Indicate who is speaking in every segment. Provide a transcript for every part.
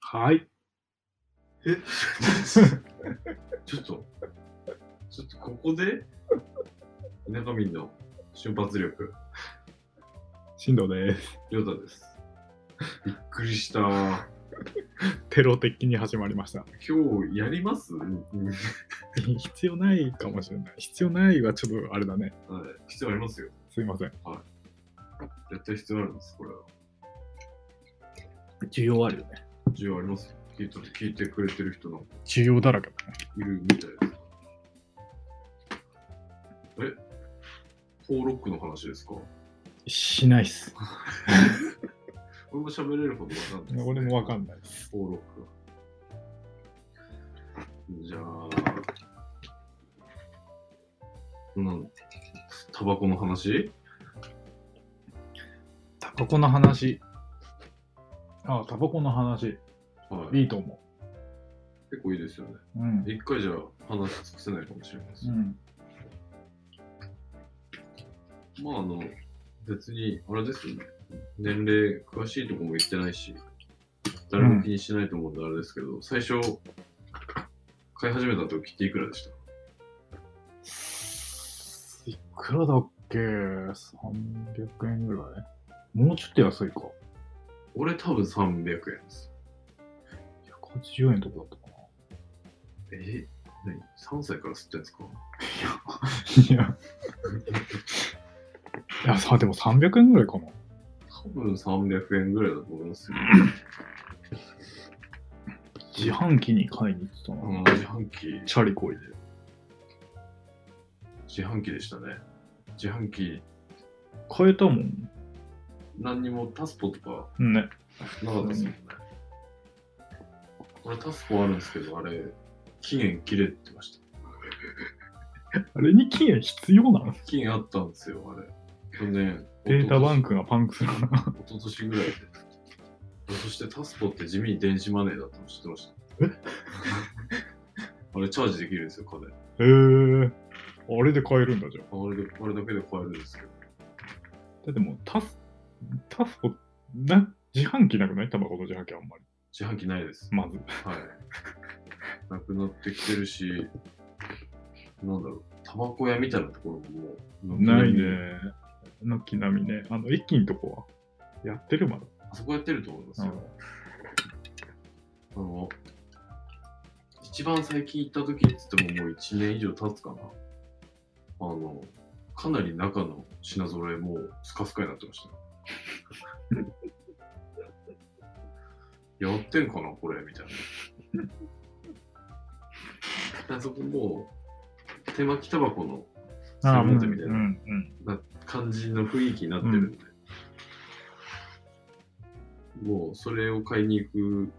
Speaker 1: はい。えちょっと、ちょっとここで、田舎民の瞬発力、
Speaker 2: 進藤です。
Speaker 1: ヨタです。びっくりした。今
Speaker 2: テロ的に始まりました。
Speaker 1: 日やりますうんうん
Speaker 2: 必要ないかもしれない。必要ないはちょっとあれだね。
Speaker 1: はい必要ありますよ。
Speaker 2: すいません。
Speaker 1: 絶対必要あるんです、これは。
Speaker 2: 需要あるよね。
Speaker 1: 需要ありますよ。聞いた聞いてくれてる人なんか
Speaker 2: 需要だらけだね。
Speaker 1: いるみたいです。えフォーロックの話ですか
Speaker 2: しないっす。
Speaker 1: 俺も喋れるほどわかんないですね、
Speaker 2: 俺もわかんないです。
Speaker 1: 登録じゃあ、なんタバコの話
Speaker 2: タバコの話。ああ、タバコの話。
Speaker 1: はい。
Speaker 2: いいと思
Speaker 1: 結構いいですよね。
Speaker 2: う。うん。
Speaker 1: 一回じゃあ話尽くせないかもしれないです。
Speaker 2: うん。
Speaker 1: まあ、あの、別に、あれですよね。年齢詳しいとこも言ってないし、誰も気にしないと思うんであれですけど、最初、買い始めた時っていくらでした
Speaker 2: いくらだっけ ?300 円ぐらいもうちょっと安いか。
Speaker 1: 俺多分300円です。
Speaker 2: 180円とかだったかな。
Speaker 1: え何 ?3 歳から吸ってんですか
Speaker 2: いや、いやさ、でも300円ぐらいかな。
Speaker 1: 多分300円ぐらいだと思いますよ。
Speaker 2: 自販機に買いに行ってたな。
Speaker 1: うん自販機、
Speaker 2: チャリこいで。
Speaker 1: 自販機でしたね。自販機、
Speaker 2: 買えたもん。
Speaker 1: 何にもタスポとか
Speaker 2: ね。
Speaker 1: なかったですもんね。俺タスポあるんですけど、あれ、期限切れてました。
Speaker 2: あれに期限必要なの
Speaker 1: 期限あったんですよ、あれ。去年、
Speaker 2: データバンク
Speaker 1: が。
Speaker 2: がパンクするな。
Speaker 1: 一昨年ぐらいで。そしてタスポって地味に電子マネーだったの知ってました。
Speaker 2: え
Speaker 1: あれ、チャージできるんですよ、金。
Speaker 2: へえ。あれで買えるんだじゃん。
Speaker 1: あれであれだけで買えるんですけど。
Speaker 2: だってもうタス、タスコ、な、自販機なくないタバコの自販機あんまり。
Speaker 1: 自販機ないです。
Speaker 2: まず。
Speaker 1: はい。なくなってきてるし、なんだろう、タバコ屋みたいなところももう、
Speaker 2: ないね。。のきなみね。あの、駅のとこは。やってるまだ。
Speaker 1: あそこやってると思いますよ。あの、一番最近行った時って言ってももう1年以上経つかな。あの、かなり中の品揃えもうスカスカになってましたね。 やってんかなこれみたい な。あそこもう手巻きタバコの
Speaker 2: ああ、もうんう
Speaker 1: 専門店みたいなん
Speaker 2: うん。
Speaker 1: 感じの雰囲気になってるんで、もうそれを買いに行く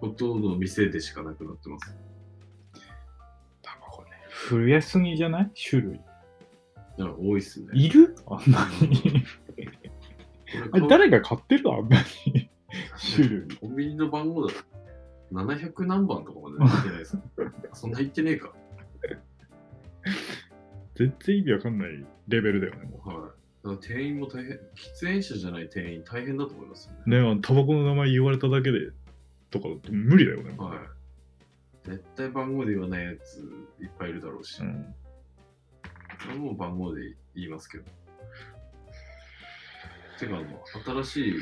Speaker 1: ことの店でしかなくなってます。
Speaker 2: タバコね。増えすぎじゃない種類。
Speaker 1: だから多いっすね。
Speaker 2: いるあんなに。あ
Speaker 1: これ
Speaker 2: れ、誰が買ってるあんなに。種類。
Speaker 1: コンビニの番号だと700何番とかまで行ってない ですかそんな行ってねえか。
Speaker 2: 全然意味わかんないレベルだよね。も
Speaker 1: はい。だから店員も大変、喫煙者じゃない店員大変だと思いますよ
Speaker 2: う
Speaker 1: ね。
Speaker 2: ねあのタバコの名前言われただけでとかだと無理だよね。もう
Speaker 1: は
Speaker 2: ね
Speaker 1: い。絶対番号で言わないやついっぱいいるだろうし、
Speaker 2: うん、
Speaker 1: それはもう番号で言いますけど。てか、あの、新しい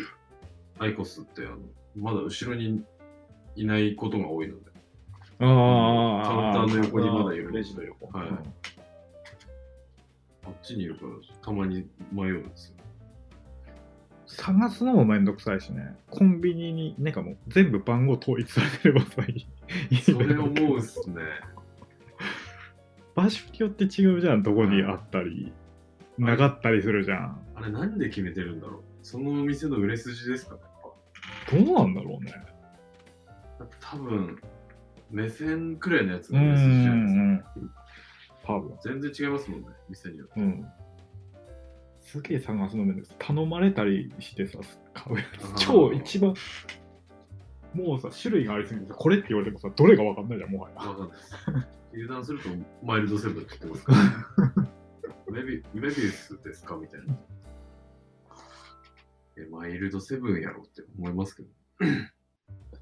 Speaker 1: アイコスって、あの、まだ後ろにいないことが多いので、
Speaker 2: ああ、
Speaker 1: カウンターの横にまだいる
Speaker 2: レジの横。
Speaker 1: はい
Speaker 2: うん
Speaker 1: あっちにいるから、たまに迷うんですよ。
Speaker 2: 探すのもめんどくさいしね。コンビニに、なんかもう全部番号統一されればさ、いい
Speaker 1: それ思うっすね。
Speaker 2: 場所によって違うじゃん。どこにあったり、なかったりするじゃん。
Speaker 1: あれ、なんで決めてるんだろうその店の売れ筋ですかね、やっ
Speaker 2: どうなんだろうね。
Speaker 1: ぱ。だって多分、目線くらいのやつ
Speaker 2: う
Speaker 1: が売れ筋じゃないですか。
Speaker 2: ん。多分。
Speaker 1: 全然違いますもんね、店によって。
Speaker 2: うん。すげえ探すのめんどくさい頼まれたりしてさ、買うや
Speaker 1: あー
Speaker 2: つ。超一番。もうさ、種類がありすぎてさ、これって言われてもさ、どれがわかんないじゃん、もはや。
Speaker 1: わかんないです。油断するとマイルドセブンって言ってますから。メビメビウスですかみたいな。え、マイルドセブンやろって思いますけ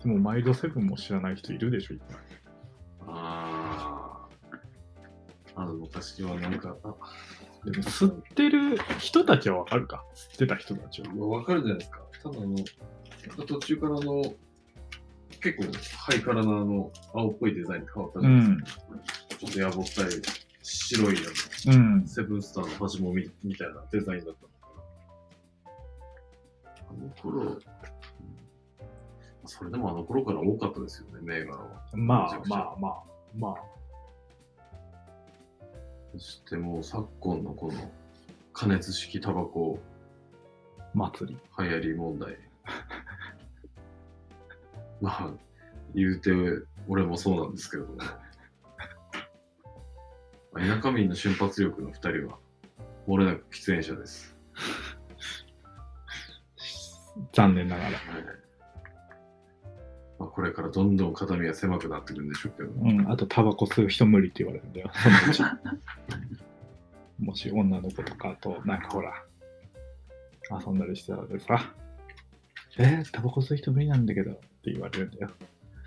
Speaker 1: ど。
Speaker 2: もう毎度セブンも知らない人いるでしょ、いっぱい
Speaker 1: ああ。あの昔はなんか、あ、
Speaker 2: でも吸ってる人たちはわかるか。吸ってた人たちは。
Speaker 1: うわわかるじゃないですか。ただあの、途中からあの、結構ハイカラなあの、青っぽいデザインに変わったじゃないですか。ちょっとやぼったい、白いあの、
Speaker 2: うん。
Speaker 1: セブンスターの端もみみたいなデザインだったんだけどあの頃、うんそれでもあの頃から多かったですよね、銘柄は。
Speaker 2: まあまあまあまあ。
Speaker 1: そしてもう昨今のこの加熱式タバコ
Speaker 2: 祭り。
Speaker 1: 流行り問題。まあ、言うて、俺もそうなんですけど、まあ田舎民の瞬発力の2人は、漏れなく喫煙者です。
Speaker 2: 残念ながら。
Speaker 1: はいまあ、これからどんどん肩身が狭くなってくるんでしょうけど、
Speaker 2: うん。あと、タバコ吸う人無理って言われるんだよ。 そのうちもし女の子とかと、なんかほら、遊んだりしてたらでさ、えー、タバコ吸う人無理なんだけどって言われるんだよ。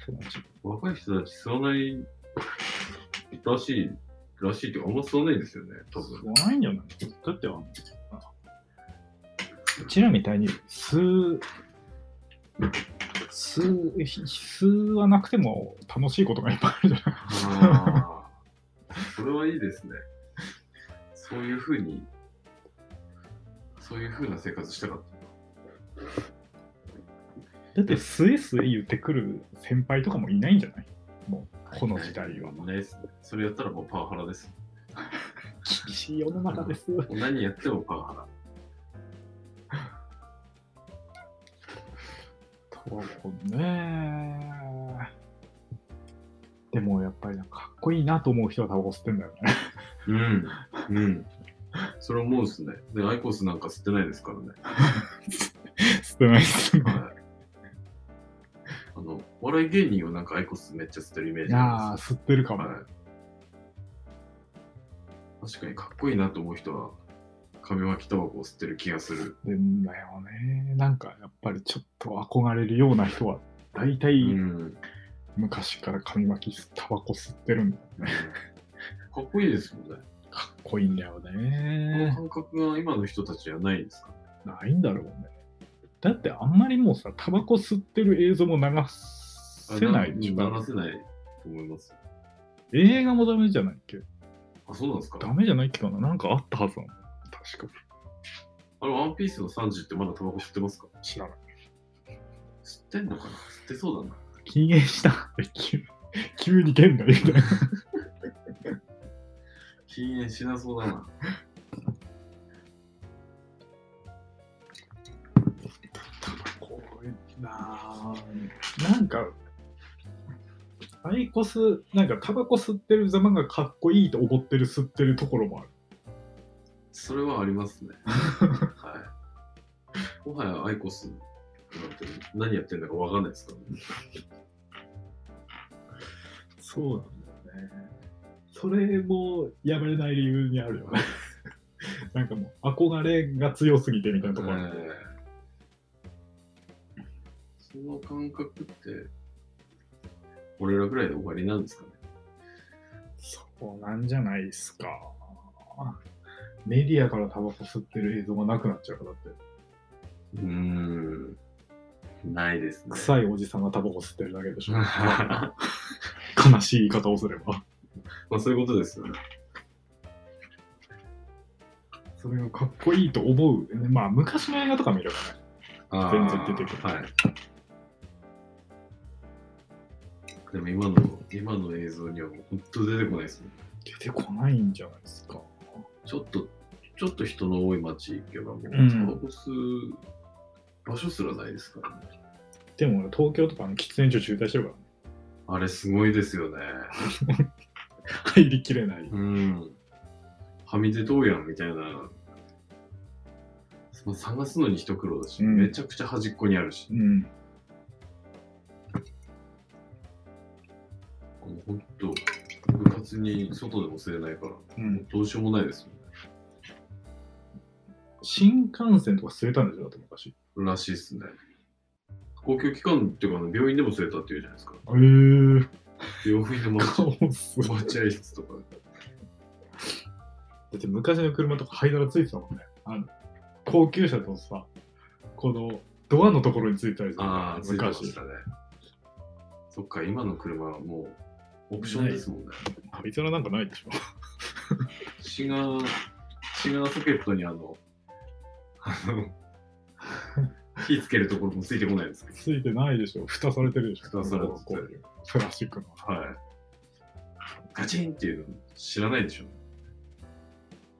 Speaker 2: そのうち。
Speaker 1: 若い人たち吸わないらしい、らしいっていうか、あんま吸わないですよね、多分。
Speaker 2: 吸わないんじゃないだってあのうちらみたいに吸う、吸う、吸わなくても楽しいことがいっぱいあるじゃない
Speaker 1: ああ、それはいいですね。そういうふうに、そういうふうな生活したかった。
Speaker 2: だって吸え吸え言ってくる先輩とかもいないんじゃないもう、この時代は。
Speaker 1: いないですね。それやったらもうパワハラです。
Speaker 2: 厳しい世の中です。
Speaker 1: もう何やってもパワハラ。
Speaker 2: そうね。でもやっぱりなんかかっこいいなと思う人はタバコ吸ってんだよね。
Speaker 1: うん。うん。それ思うんですね。で、アイコースなんか吸ってないですからね。
Speaker 2: 吸ってないっすね。
Speaker 1: はい。あの、お笑い芸人はなんかアイコスめっちゃ吸ってるイメー
Speaker 2: い
Speaker 1: ジ
Speaker 2: や
Speaker 1: なん
Speaker 2: ー、吸ってるかも。
Speaker 1: はい。確かにかっこいいなと思う人は、紙巻きタバコを吸ってる気がする。
Speaker 2: でんだよね。なんかやっぱりちょっと憧れるような人は、大
Speaker 1: う
Speaker 2: 体
Speaker 1: ん。
Speaker 2: 昔から紙巻き、タバコ吸ってるんだよね。
Speaker 1: かっこいいですもんね。
Speaker 2: かっこいいんだよ
Speaker 1: この
Speaker 2: ね。
Speaker 1: 感覚が今の人たちにはないですか
Speaker 2: ないんだろうね。だってあんまりもうさ、タバコ吸ってる映像も流せないでし
Speaker 1: あな
Speaker 2: ょ。
Speaker 1: 流せないと思います。
Speaker 2: 映画もダメじゃないっけ
Speaker 1: あ、そうなんですか
Speaker 2: ダメじゃないっけかななんかあったはずなの。確か。
Speaker 1: あの、ワンピースのサンジってまだタバコ吸ってますか
Speaker 2: 知らない。
Speaker 1: 吸ってんのかな吸ってそうだな。
Speaker 2: 禁煙した。急急に現代みたいな。
Speaker 1: 禁煙しなそうだな。
Speaker 2: こうなあなんかアイコスなんかタバコ吸ってるざまがかっこいいと思ってる吸ってるところもある
Speaker 1: それはあります ね。はい。もはやアイコスなんて何やってんだかわかんないですからね。
Speaker 2: そうなんだよねそれもやめれない理由にあるよねなんかもう憧れが強すぎてみたいなところ、ある
Speaker 1: えーその感覚って、俺らぐらいで終わりなんですかね。
Speaker 2: そうなんじゃないですかメディアからタバコ吸ってる映像がなくなっちゃうからだって
Speaker 1: うーん。ないですね。
Speaker 2: 臭いおじさんがタバコ吸ってるだけでしょ悲しい言い方をすれば
Speaker 1: まあそういうことですよね。
Speaker 2: それをかっこいいと思う。まあ、昔の映画とか見ればね。全然出てくる
Speaker 1: はい。でも今の、今の映像にはもう本当出てこないですもん。
Speaker 2: 出てこないんじゃないですか。
Speaker 1: ちょっと、ちょっと人の多い街行けばもう、タ
Speaker 2: うん
Speaker 1: バコ吸う場所すらないですからね。
Speaker 2: でも俺、東京とかの喫煙所渋滞してるから、ね、
Speaker 1: あれすごいですよね。
Speaker 2: 入りきれない。
Speaker 1: うん。はみ出とうやんみたいな。その探すのに一苦労だし、
Speaker 2: うん
Speaker 1: めちゃくちゃ端っこにあるし、
Speaker 2: うん。
Speaker 1: もうほんと、部活に外でも吸えないから、
Speaker 2: うん、
Speaker 1: どうしようもないですよね。
Speaker 2: 新幹線とか吸えたんでしょだって昔。
Speaker 1: らしいっすね。公共機関っていうか、ね、病院でも吸えたっていうじゃないですか。
Speaker 2: えー、
Speaker 1: 病院の
Speaker 2: か
Speaker 1: 待
Speaker 2: もうすごい。だ
Speaker 1: ち合室とか。
Speaker 2: って昔の車とか灰皿ついてたもんね。あの高級車とさ、このドアのところについてたりする
Speaker 1: ああ、ついてま
Speaker 2: 昔
Speaker 1: し。たね。そっか、今の車はもうオプションですもんね。
Speaker 2: 灰皿なんかないでしょ。
Speaker 1: シガー、シガーソケットにあの、あ の、火つけるところもついてこないんですけど。
Speaker 2: ついてないでしょ。蓋されてるでしょ。
Speaker 1: 蓋されてて
Speaker 2: こういうプラスチックの。
Speaker 1: はい。ガチンっていうの知らないでしょ。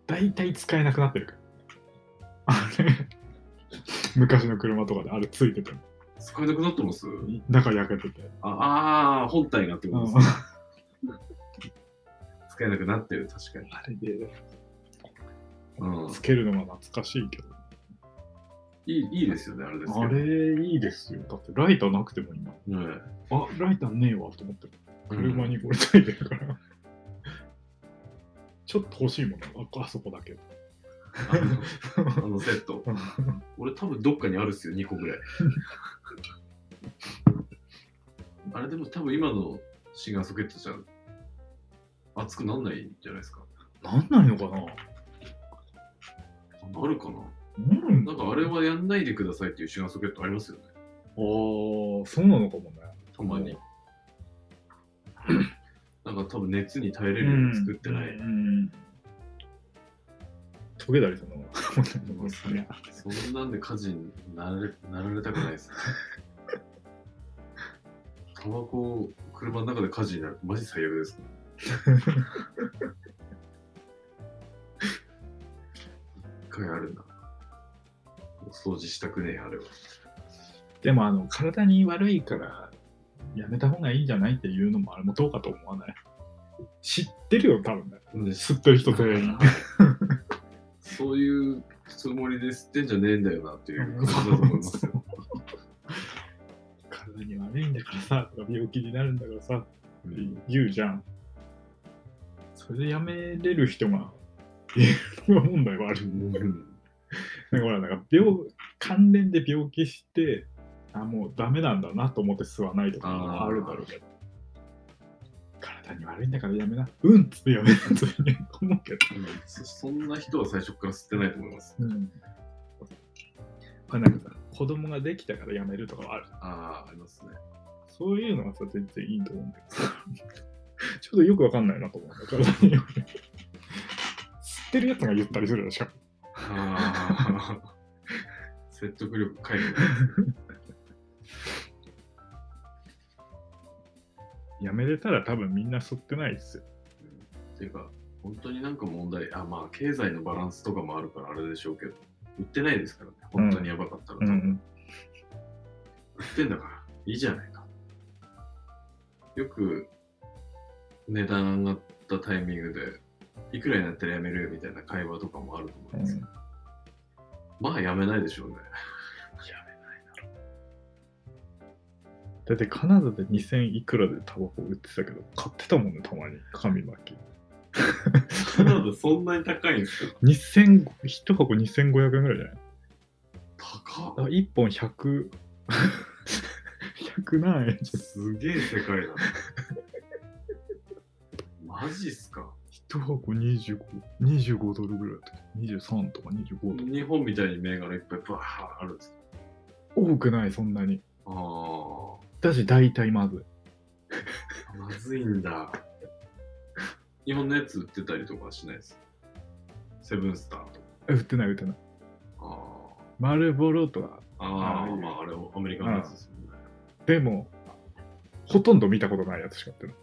Speaker 2: 大体使えなくなってるから。あれ昔の車とかであれついてて、
Speaker 1: 使えなくなってます
Speaker 2: 中焼けてて。
Speaker 1: ああー、本体がってことです
Speaker 2: うん
Speaker 1: ね。使えなくなってる、確かに。
Speaker 2: あれで
Speaker 1: うん
Speaker 2: つけるのが懐かしいけど。
Speaker 1: いいいいですよね、あれですけど。
Speaker 2: あれいいですよ。だってライターなくても今。
Speaker 1: ね
Speaker 2: あ、ライターねえわと思って。
Speaker 1: え
Speaker 2: 車にこれついてるから。ちょっと欲しいもんなああそこだけ。
Speaker 1: あのあのセット。俺多分どっかにあるっすよ、2個ぐらい。あれでも多分今のシガーソケットじゃ熱くなんないんじゃないですか。
Speaker 2: なんないのかな
Speaker 1: あるかな
Speaker 2: うん
Speaker 1: なんかあれはやんないでくださいっていうシガーソケットありますよね。
Speaker 2: あー、そうなのかもね。
Speaker 1: たまに。なんか多分熱に耐えれるように作ってない。
Speaker 2: うん。トゲだりその。
Speaker 1: そんなんで火事になられなられたくないです ね。タバコを車の中で火事になるとマジ最悪ですね。一回あるな。お掃除したくねえ、あれは。
Speaker 2: でもあの体に悪いからやめた方がいいんじゃないっていうのもあれもどうかと思わない知ってるよ多分ね吸ってる人全員
Speaker 1: そういうつもりで吸ってんじゃねえんだよなっていう感じだと思いますよ。
Speaker 2: 体に悪いんだからさとか病気になるんだからさ
Speaker 1: う
Speaker 2: っ
Speaker 1: ん
Speaker 2: て言うじゃんそれでやめれる人が いる問題はあるだからなんか病関連で病気してあもうダメなんだなと思って吸わないとかもあるだろうけど体に悪いんだからやめなうんっつってやめなって思うけど
Speaker 1: そそんな人は最初から吸ってないと思います。
Speaker 2: うん。まあなんかさ、子供ができたからやめるとかはある。
Speaker 1: ああ、ありますね。
Speaker 2: そういうのはさ、全然いいと思うんだけどさちょっとよくわかんないなと思うんだけど。知ってるやつが言ったりするでしょ。
Speaker 1: ああ、 説得力回復。
Speaker 2: やめれたら多分みんな吸ってないですよ。
Speaker 1: っていうか、本当になんか問題、あ、まあ、経済のバランスとかもあるからあれでしょうけど、売ってないですからね、本当にやばかったら、売
Speaker 2: ん。
Speaker 1: ってんだから、いいじゃないか。よく、値段上がったタイミングで、いくらになったらやめるみたいな会話とかもあると思うんですよ。まあ、やめないでしょうね。
Speaker 2: だってカナダで2000いくらでタバコ売ってたけど、買ってたもんね、たまに。紙巻き。
Speaker 1: カナダそんなに高いんですか
Speaker 2: 2000、1箱2500円ぐらいじゃないだか
Speaker 1: 高っ
Speaker 2: ら ?1 本100、100何円
Speaker 1: すげえ世界だ な。マジっすか
Speaker 2: 一箱25 25ドルぐらいだった23とか25とか
Speaker 1: 日本みたいに銘柄いっぱいバーッあるんですか
Speaker 2: 多くないそんなに
Speaker 1: ああ。
Speaker 2: だし大体まず
Speaker 1: まずいんだ。日本のやつ売ってたりとかはしないです。セブンスターとか。
Speaker 2: え売ってない売ってない
Speaker 1: あ
Speaker 2: マルボロとか
Speaker 1: あ。あ
Speaker 2: は
Speaker 1: あ、
Speaker 2: い
Speaker 1: まああれアメリカのやつですもんね。
Speaker 2: でもほとんど見たことないやつしか売ってない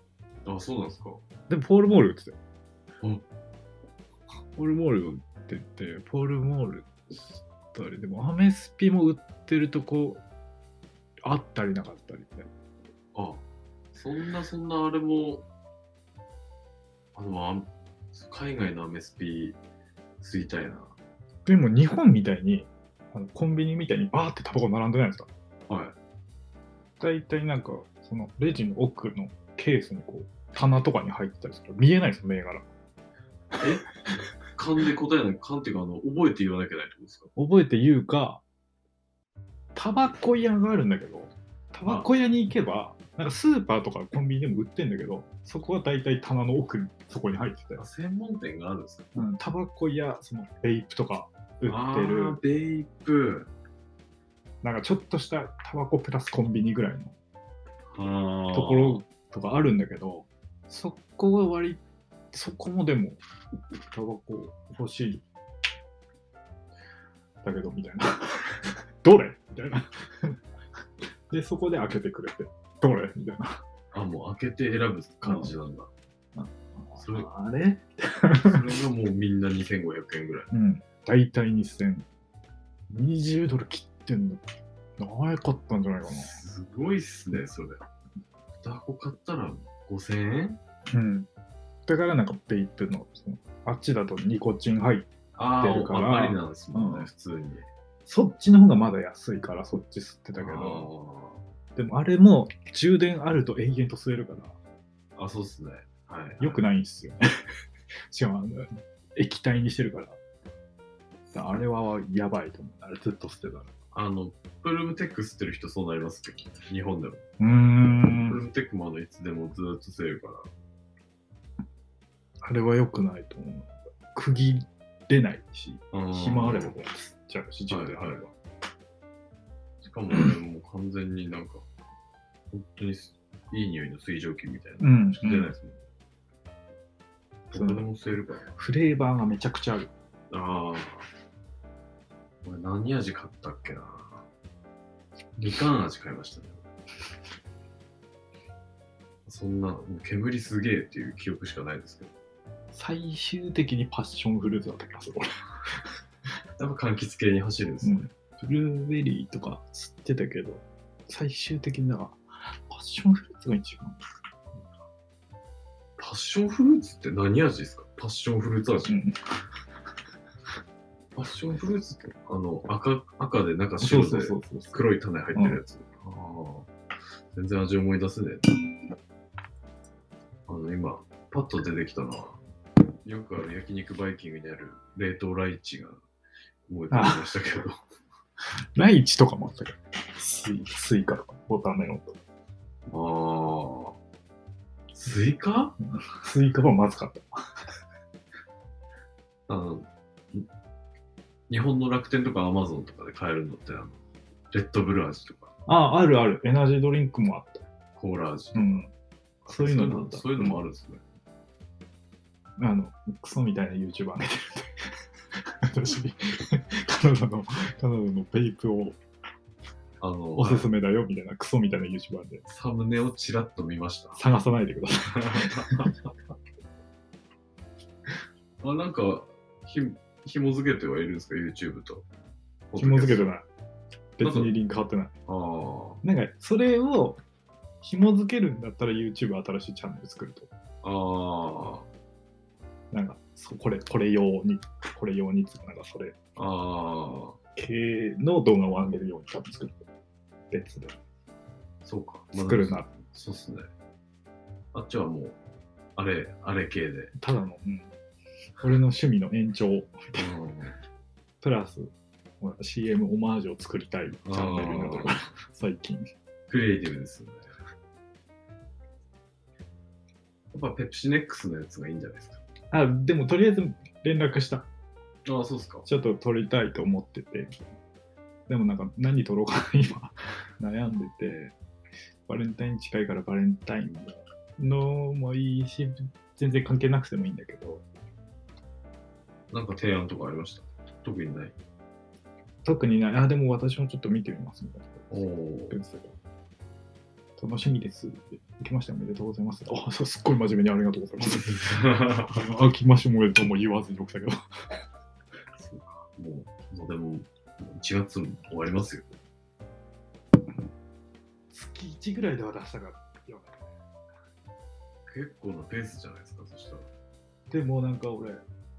Speaker 1: ああ、そうなんですか。
Speaker 2: でもポールモール売ってたよ
Speaker 1: うん
Speaker 2: ポールモール売っててポールモール売ったりでもアメスピも売ってるとこあったりなかったりで
Speaker 1: ああそんなそんなあれも、あの、あん海外のアメスピ吸いたいな。
Speaker 2: でも日本みたいにあのコンビニみたいにバーってタバコ並んでないんですか
Speaker 1: はい。
Speaker 2: 大体なんかそのレジの奥のケースにこう棚とかに入ってたりするから見えないですよ銘柄
Speaker 1: 勘で答えない。勘っていうか、あの、覚えて言わなきゃいけないってことですか
Speaker 2: 覚えて言うかタバコ屋があるんだけどタバコ屋に行けば、なんかスーパーとかコンビニでも売ってんだけど、そこは大体棚の奥に、そこに入ってたよ
Speaker 1: あ。専門店があるんですか
Speaker 2: うん、タバコや、そのベイプとか売って
Speaker 1: あー
Speaker 2: る、
Speaker 1: ベイプ。
Speaker 2: なんかちょっとしたタバコプラスコンビニぐらいの
Speaker 1: あー
Speaker 2: ところとかあるんだけど、そこは割、そこもでも、タバコ欲しい。だけど、みたいな。 どれみたいな。 で、そこで開けてくれて、どれみたいな。
Speaker 1: あ、もう開けて選ぶ感 じなんだ。それ
Speaker 2: あれ
Speaker 1: それがもうみんな2500円ぐらい。
Speaker 2: うん。大体2000。20ドル切ってんの。長かったんじゃないかな。
Speaker 1: すごいっすね、それ。タバコ買ったら5000円
Speaker 2: うん。だからなんかベイプの、そのあっちだとニコチン入っ
Speaker 1: あ
Speaker 2: 出るか
Speaker 1: あ、
Speaker 2: ら
Speaker 1: ありなんですもんね、
Speaker 2: うん
Speaker 1: 普通に。
Speaker 2: そっちの方がまだ安いからそっち吸ってたけど、でもあれも充電あると永遠と吸えるから、
Speaker 1: あーあ、そうっすね。はい。
Speaker 2: 良くないんですよね。 しかもあの液体にしてるから。だからあれはやばいと思う。あれずっと吸ってたら。
Speaker 1: あの、プルームテック吸ってる人そうなりますけど、日本でも。
Speaker 2: うー
Speaker 1: プルー
Speaker 2: ん。
Speaker 1: ムテックもあのいつでもずーっと吸えるから。
Speaker 2: あれは良くないと思う。区切れないし、
Speaker 1: うん
Speaker 2: 暇あればもう吸っちゃうし、
Speaker 1: は
Speaker 2: 充
Speaker 1: い
Speaker 2: 電あれば。
Speaker 1: しかも、ね、もう完全になんか、本当にすいい匂いの水蒸気みたいな。
Speaker 2: うん
Speaker 1: 出ないですもん。
Speaker 2: そ
Speaker 1: ど
Speaker 2: う
Speaker 1: こでも吸えるから。
Speaker 2: フレーバーがめちゃくちゃある。
Speaker 1: ああ。俺何味買ったっけな。みかん味買いましたね。そんな、もう煙すげえっていう記憶しかないですけど。
Speaker 2: 最終的にパッションフルーツだった気がする。俺
Speaker 1: やっぱ柑橘系に走るんですね。
Speaker 2: ブルーベリーとか吸ってたけど、最終的にだから、パッションフルーツが一番。
Speaker 1: パッションフルーツって何味ですかパッションフルーツ味。パッションフルーツって、あの、赤、赤で中
Speaker 2: そう
Speaker 1: 白
Speaker 2: そう
Speaker 1: で
Speaker 2: そうそう。
Speaker 1: 黒い種入ってるやつ。ああ。全然味思い出せねえ。あの、今、パッと出てきたのは、よくある焼肉バイキングにある冷凍ライチが思い出しましたけど、
Speaker 2: ライチとかもあったけど、スイスイカとか、ボタンメロンとか。
Speaker 1: ああ。スイカ
Speaker 2: スイカはまずかった。
Speaker 1: あの、ん日本の楽天とかアマゾンとかで買えるのって、あの、レッドブル味とか、
Speaker 2: あ、あるある。エナジードリンクもあった。
Speaker 1: コーラ味と
Speaker 2: う
Speaker 1: か、
Speaker 2: ん。そういうのもあった
Speaker 1: そういうのもあるんですね。
Speaker 2: あの、クソみたいな YouTuber 見て るんで。私、彼女の、彼女のベイプを
Speaker 1: あの、
Speaker 2: おすすめだよみたいな、クソみたいな YouTuber で
Speaker 1: サムネをちらっと見ました。
Speaker 2: 探さないでください。
Speaker 1: あ、なんか、ひ、紐付けてはいるんですか ?YouTube と。
Speaker 2: 紐付けて
Speaker 1: る。
Speaker 2: ない。別にリンク貼ってない。
Speaker 1: あー
Speaker 2: なんか、それを紐付けるんだったら YouTube 新しいチャンネル作ると。
Speaker 1: あー、
Speaker 2: なんか、そこれ、これ用に、これ用にっていうか、なんかそれ
Speaker 1: あー、
Speaker 2: 系の動画を上げるように多分作ると。別で。
Speaker 1: そうか。
Speaker 2: 作るな。
Speaker 1: そうっすね。あっちはもう、あれ、あれ系で。
Speaker 2: ただの、うん。俺の趣味の延長、
Speaker 1: うん
Speaker 2: プラス、ほら CM オマージュを作りたいチャンネルになったから、最近。
Speaker 1: クリエイティブですよね。やっぱペプシネックスのやつがいいんじゃないですか。
Speaker 2: あ、でもとりあえず連絡した。
Speaker 1: ああ、そうっすか。
Speaker 2: ちょっと撮りたいと思ってて、でもなんか何撮ろうかな、今、悩んでて、バレンタイン近いからバレンタインのもいいし、全然関係なくてもいいんだけど、
Speaker 1: なんか提案とかありました。特にない。
Speaker 2: 特にない、あ、でも私もちょっと見てみますみたいな
Speaker 1: お お。
Speaker 2: 言ってたから楽しみですって、行きました、おめでとうございます。あ、そうすっごい真面目にありがとうございます。あ、来ました、おめでとうも言わずに起きたけど。
Speaker 1: そうか。もう、もうでも、もう1月も終わりますよ。
Speaker 2: 月1ぐらいでは出したかったよね。
Speaker 1: 結構なペースじゃないですか、そしたら。
Speaker 2: でもなんか俺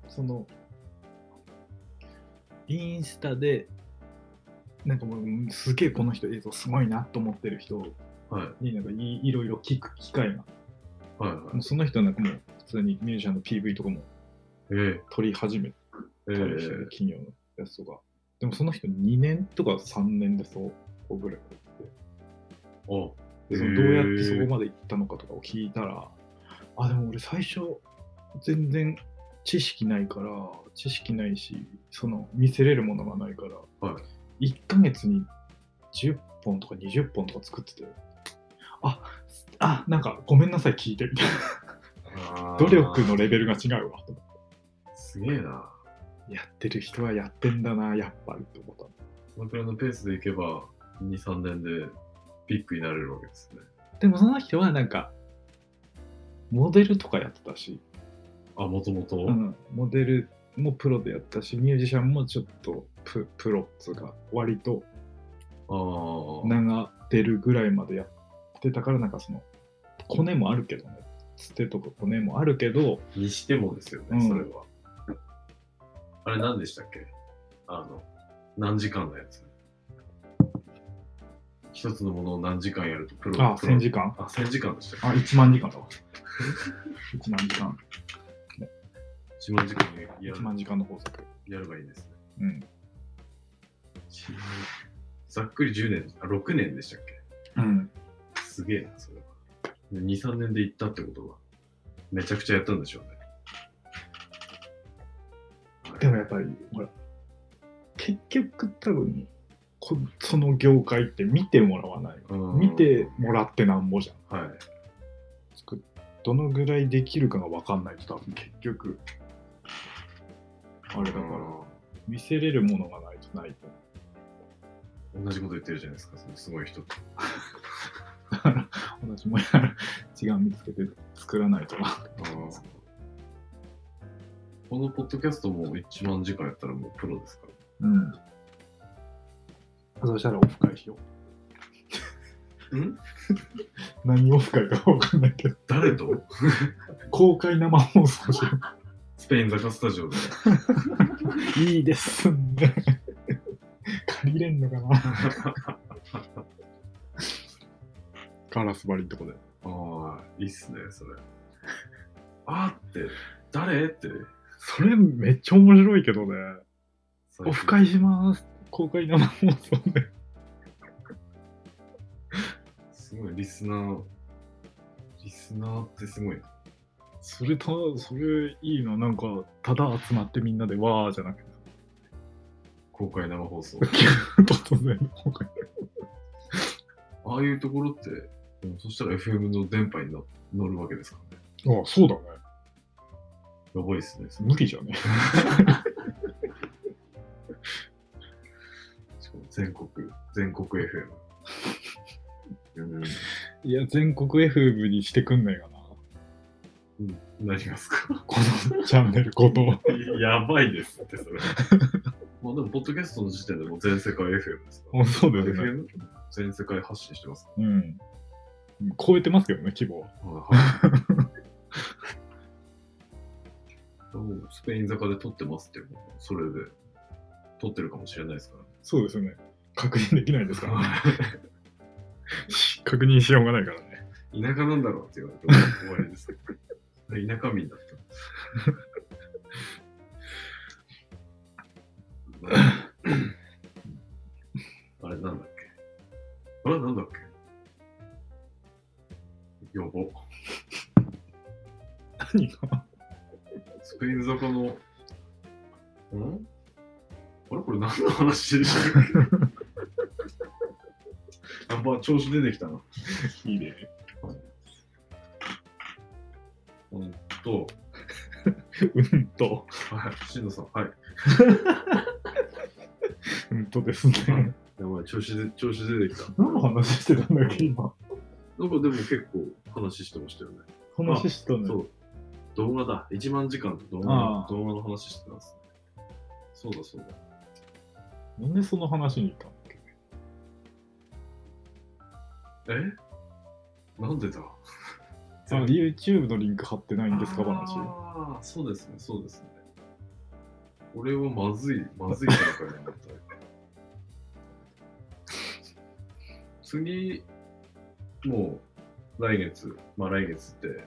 Speaker 2: そのインスタでなんかもううんすげえこの人映像すごいなと思ってる人
Speaker 1: はい。
Speaker 2: になんかいいろいろ聞く機会が
Speaker 1: はい
Speaker 2: もうその人なんかもう普通にミュージシャンの PV とかも
Speaker 1: はい。え
Speaker 2: 撮り始め
Speaker 1: ええ
Speaker 2: たりしてる企業のやつとか、でもその人2年とか3年でそうこうぐらいやってて
Speaker 1: お
Speaker 2: でそのどうやってそこまで行ったのかとかを聞いたら、あ、でも俺最初、全然知識ないから、知識ないし、その見せれるものがないから、
Speaker 1: は
Speaker 2: 1ヶ月に10本とか20本とか作ってて、あ、あ、なんかごめんなさい、聞いてみたいな。努力のレベルが違うわと思っ
Speaker 1: すげえな。
Speaker 2: て。やってる人はやってんだな、やっぱりと思った。
Speaker 1: そのくらいのペースでいけば、2、3年でビッグになれるわけですね。
Speaker 2: でもその人はなんか、モデルとかやってたし、
Speaker 1: あ、もともと。
Speaker 2: うん、モデルもプロでやったし、ミュージシャンもちょっとププロっつうか、割と
Speaker 1: ああ。
Speaker 2: 長出るぐらいまでやってたから、なんかその、コネもあるけどね、つてとかコネもあるけど、
Speaker 1: にしてもですよね、
Speaker 2: うん
Speaker 1: それは。あれ何でしたっけあの、何時間のやつ。一つのものを何時間やるとプロ。
Speaker 2: あ、
Speaker 1: プロ
Speaker 2: 1000時間
Speaker 1: あ、1000時間でしたっ
Speaker 2: あ、1万時間だわ。1万時間、
Speaker 1: け ?1 万時間やや
Speaker 2: 1万時間の法則。
Speaker 1: やればいいんですね。
Speaker 2: うん。
Speaker 1: 1万 ざっくり10年、あ、6年でしたっけ
Speaker 2: うん。
Speaker 1: すげえな、それは。で2、3年で行ったってことは、めちゃくちゃやったんでしょうね。
Speaker 2: でもやっぱり、ほら、結局多分、こその業界って見てもらわない。
Speaker 1: うん
Speaker 2: 見て、もらってなんぼじゃん。
Speaker 1: はい。
Speaker 2: 作っどのぐらいできるかが分かんないと多分結局あれだから見せれるものがないと ない
Speaker 1: 同じこと言ってるじゃないですか、そのすごい人って。
Speaker 2: だから私もやる違う見つけて作らないとな
Speaker 1: このポッドキャストも1万時間やったらもうプロですか
Speaker 2: うんそうしたらオフ会しよ
Speaker 1: ら。ん
Speaker 2: う何オフ会か分かんないけど
Speaker 1: 誰と
Speaker 2: 公開生放送しよ
Speaker 1: スペイン坂スタジオで。
Speaker 2: ういいですんで 借りれんのかなガラス張りのとこで
Speaker 1: ああ、いいっすね、それ。あーって、誰って。
Speaker 2: それめっちゃ面白いけどね
Speaker 1: 最近
Speaker 2: オフ会します公開生放送です
Speaker 1: ごい、リスナー。リスナーってすごいな。
Speaker 2: それとそれいいななんかただ集まってみんなでわーじゃなくて
Speaker 1: 公開生放 送。
Speaker 2: 突然の方が
Speaker 1: ああいうところって、でもそしたら FM の電波にの乗るわけですからね。
Speaker 2: あそうだね
Speaker 1: やばいっすね。それ
Speaker 2: 無理じゃね
Speaker 1: しかも全国、全国 FM。うん、
Speaker 2: いや全国 FM にしてくんないかな
Speaker 1: 何がですか
Speaker 2: このチャンネルこの
Speaker 1: やばいですって、それ。 まあでも、ポッドキャストの時点でもう全世界 FM ですから。
Speaker 2: あそうだよね
Speaker 1: FM? 全世界発信してます。
Speaker 2: うん超えてますけどね規模は
Speaker 1: はい。もうスペイン坂で撮ってますって、それで撮ってるかもしれないですか、
Speaker 2: そうですよね確認できないですかららね確認しようがないからね
Speaker 1: 田舎なんだろうって言われて終わりです。田舎民だった。あれなんだっけあれなんだっけ やば。
Speaker 2: 何が
Speaker 1: スペイン坂の。んあれこれ何の話でしたっけやっぱ調子出てきたな。
Speaker 2: いいね
Speaker 1: うんと、
Speaker 2: うんと
Speaker 1: はい、しんのさん、はい。
Speaker 2: うんとですね
Speaker 1: やばい、調子で調子出てきた。
Speaker 2: 何の話してたんだっけ今
Speaker 1: なんかでも結構話してましたよね。
Speaker 2: 話してたんだ
Speaker 1: そう。動画だ。1万時間と動
Speaker 2: あ
Speaker 1: 画
Speaker 2: あ
Speaker 1: 動画の話してます、ね。そうだそうだ。
Speaker 2: なんでその話に行ったの
Speaker 1: えなんでだ
Speaker 2: あ YouTube のリンク貼ってないんですか話
Speaker 1: ああ、そうですね、そうですね。俺はまずい、まずい戦いになった。次、もう来月、まあ来月って、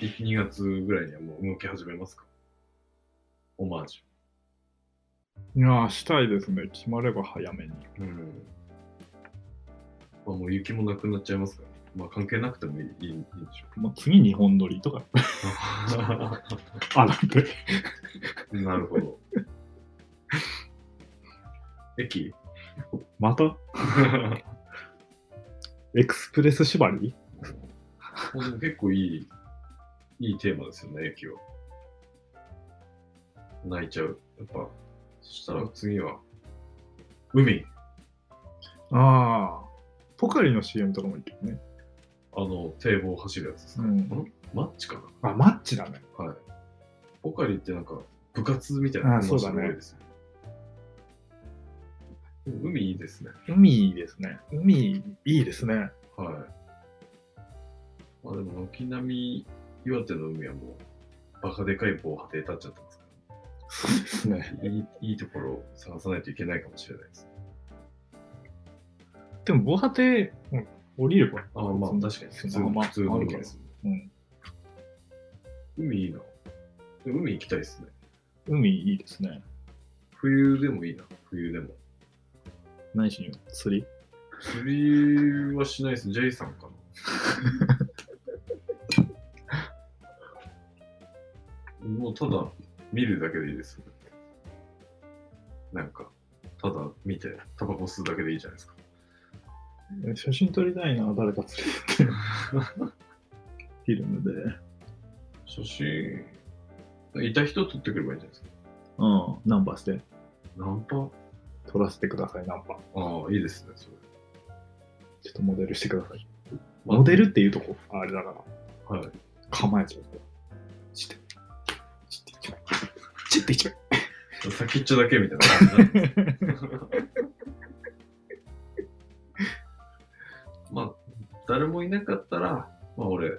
Speaker 1: 1、2月ぐらいにはもう動き始めますかオマージ
Speaker 2: いやーしたいですね決まれば早めに
Speaker 1: ュ。うん。まあ、もう雪もなくなっちゃいますから、まあ関係なくてもいいいいいいんでしょ
Speaker 2: もう次日本撮りとか。
Speaker 1: うか。
Speaker 2: あ、なんて。
Speaker 1: なるほど。駅
Speaker 2: またエクスプレス縛り
Speaker 1: まあでも結構いい、いいテーマですよね、駅は。泣いちゃう。やっぱ、そしたら次は、海。
Speaker 2: ああ。ポカリの CM とかもいいけどね。
Speaker 1: あの、堤防を走るやつです
Speaker 2: う
Speaker 1: か。
Speaker 2: ん。
Speaker 1: マッチかな
Speaker 2: あ、マッチだね。
Speaker 1: はい。ポカリってなんか部活みたいな
Speaker 2: あそうだね
Speaker 1: 面白いですよでも海いいですね。
Speaker 2: 海いいですね。海いいですね。
Speaker 1: はい。まあでも軒並み岩手の海はもうバカでかい防波堤立っちゃってますか
Speaker 2: そうですね。
Speaker 1: ら、いいいいところを探さないといけないかもしれないです。
Speaker 2: でも防波堤、うん、降りれば。
Speaker 1: ああまあ確かに普通の、
Speaker 2: まあ、
Speaker 1: 普通の
Speaker 2: ある
Speaker 1: 海
Speaker 2: から
Speaker 1: で。す、
Speaker 2: うん。
Speaker 1: 海いいな。でも海行きたいですね。
Speaker 2: 海いいですね。
Speaker 1: 冬でもいいな、冬でも。
Speaker 2: 何しに釣り
Speaker 1: 釣りはしないです。ジェイさんかな。もうただ見るだけでいいです。なんか、ただ見て、タバコ吸うだけでいいじゃないですか。
Speaker 2: え写真撮りたいな、誰か釣りって。 フィルムで。
Speaker 1: 写真、いた人撮ってくればいいじゃないですか。
Speaker 2: うん、ナンパして。
Speaker 1: ナンパ
Speaker 2: 撮らせてください、ナンパ。
Speaker 1: ああ、いいですね、それ。
Speaker 2: ちょっとモデルしてください。モデルっていうとこ、あれだから、
Speaker 1: はい。
Speaker 2: 構えちゃう。チって、チって一枚。チって一枚。
Speaker 1: 先っちょだけみたいな感じなん です。まあ、誰もいなかったら、まあ俺、映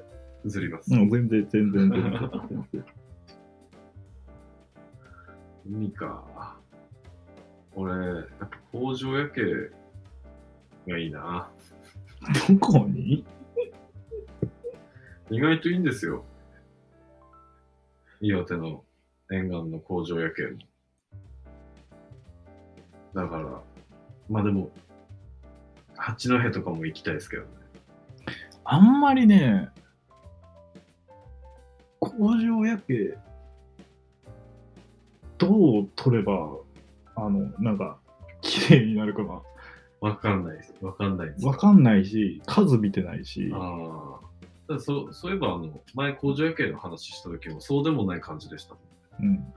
Speaker 1: ります。
Speaker 2: うん、全然、全然、全然。全然
Speaker 1: 海か。俺、やっぱ工場夜景がいいな。
Speaker 2: どこに
Speaker 1: 意外といいんですよ。岩手の沿岸の工場夜景も。だから、まあでも、八戸とかも行きたいですけどね。
Speaker 2: あんまりね、工場夜景、どう撮れば、あの、なんか、綺麗になるかが
Speaker 1: わかんないです。わかんないです。
Speaker 2: わかんないし、数見てないし、
Speaker 1: ああ。ただそうそういえばあの、前工場夜景の話した時もそうでもない感じでした。
Speaker 2: うん。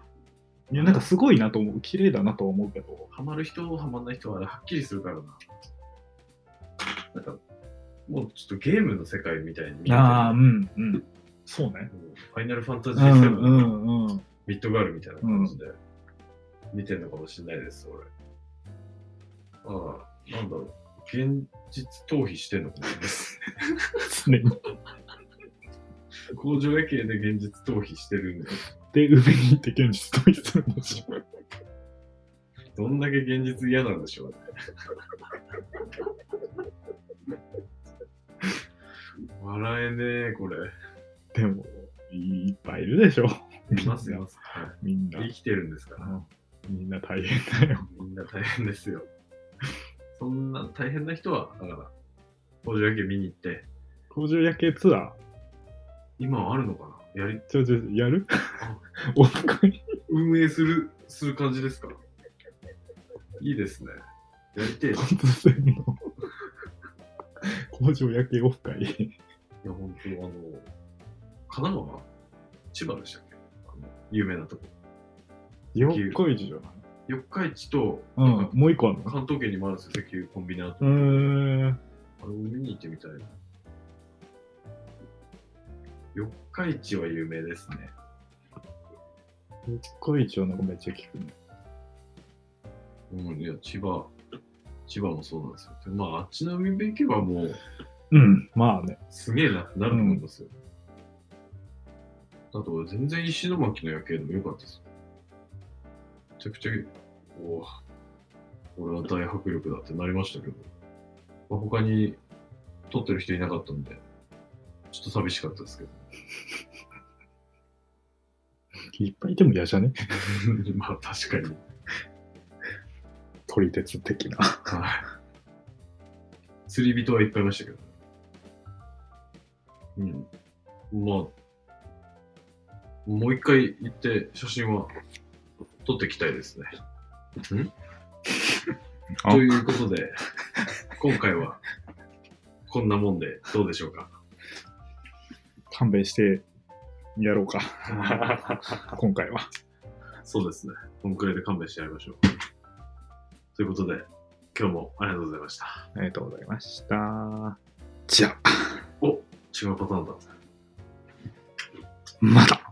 Speaker 2: いや、なんかすごいなと思う。綺麗だなとは思うけど、
Speaker 1: ハマる人、ハマんない人はあれはっきりするからな。なんか、もうちょっとゲームの世界みたいに見えてる
Speaker 2: ああ、うんうん。そうね。
Speaker 1: うんファイナルファンタ
Speaker 2: う
Speaker 1: ジー7、
Speaker 2: んうん うん。
Speaker 1: ミッドガールみたいな感じで見てるのかもしれないです、俺。ああ、なんだろう。現実逃避してんのかもしれないです。
Speaker 2: ね、
Speaker 1: 工場夜景で現実逃避してるんで、
Speaker 2: で、上に行って現実と一緒にしょ。
Speaker 1: どんだけ現実嫌なんでしょうね。笑えねえ、これ。
Speaker 2: でも、いっぱいいるでしょ。
Speaker 1: いますよ。はい
Speaker 2: みんな。
Speaker 1: 生きてるんですか
Speaker 2: みんな大変だよ。
Speaker 1: ら、みんな大変ですよ。そんな大変な人は、だから、工場野球見に行って、
Speaker 2: 工場夜景ツア
Speaker 1: 今はあるのかなやり、
Speaker 2: ー、ちょ、ちょ、やるお腹に。
Speaker 1: 運営する、する感じですかいいですね。やりてえな。い
Speaker 2: 突然の。工場夜景オフ会。
Speaker 1: や、本当あの、神奈川千葉でしたっけあの有名なとこ。
Speaker 2: 四日市じゃない
Speaker 1: 四日市と、
Speaker 2: うん、もう一個あるの
Speaker 1: 関東圏にもあるんですよ、石油コンビニアート。
Speaker 2: うーん。
Speaker 1: あれも見に行ってみたいな。四日市は有名ですね。
Speaker 2: 四日市はなんかめっちゃ聞くね。
Speaker 1: うん、いや、千葉、千葉もそうなんですよ。でまあ、あっちの海辺行けばもう、
Speaker 2: うん、まあね。
Speaker 1: すげえなってなると思いますよ。あと、全然石巻の夜景でも良かったですよ。めちゃくちゃ、おぉ、俺は大迫力だってなりましたけど、まあ、他に撮ってる人いなかったんで、ちょっと寂しかったですけど。
Speaker 2: いっぱいいても嫌じゃね
Speaker 1: まあ、確かに。
Speaker 2: 撮り鉄的な。
Speaker 1: はい。釣り人はいっぱいいましたけど。うん。まあ、もう一回行って写真は撮ってきたいですね。
Speaker 2: あ
Speaker 1: ということで、今回はこんなもんでどうでしょうか。
Speaker 2: 勘弁してやろうか、今回は。
Speaker 1: そうですね。こんくらいで勘弁してやりましょう。ということで、今日もありがとうございました。
Speaker 2: ありがとうございました。じゃあ、
Speaker 1: お違うパターンだ。
Speaker 2: また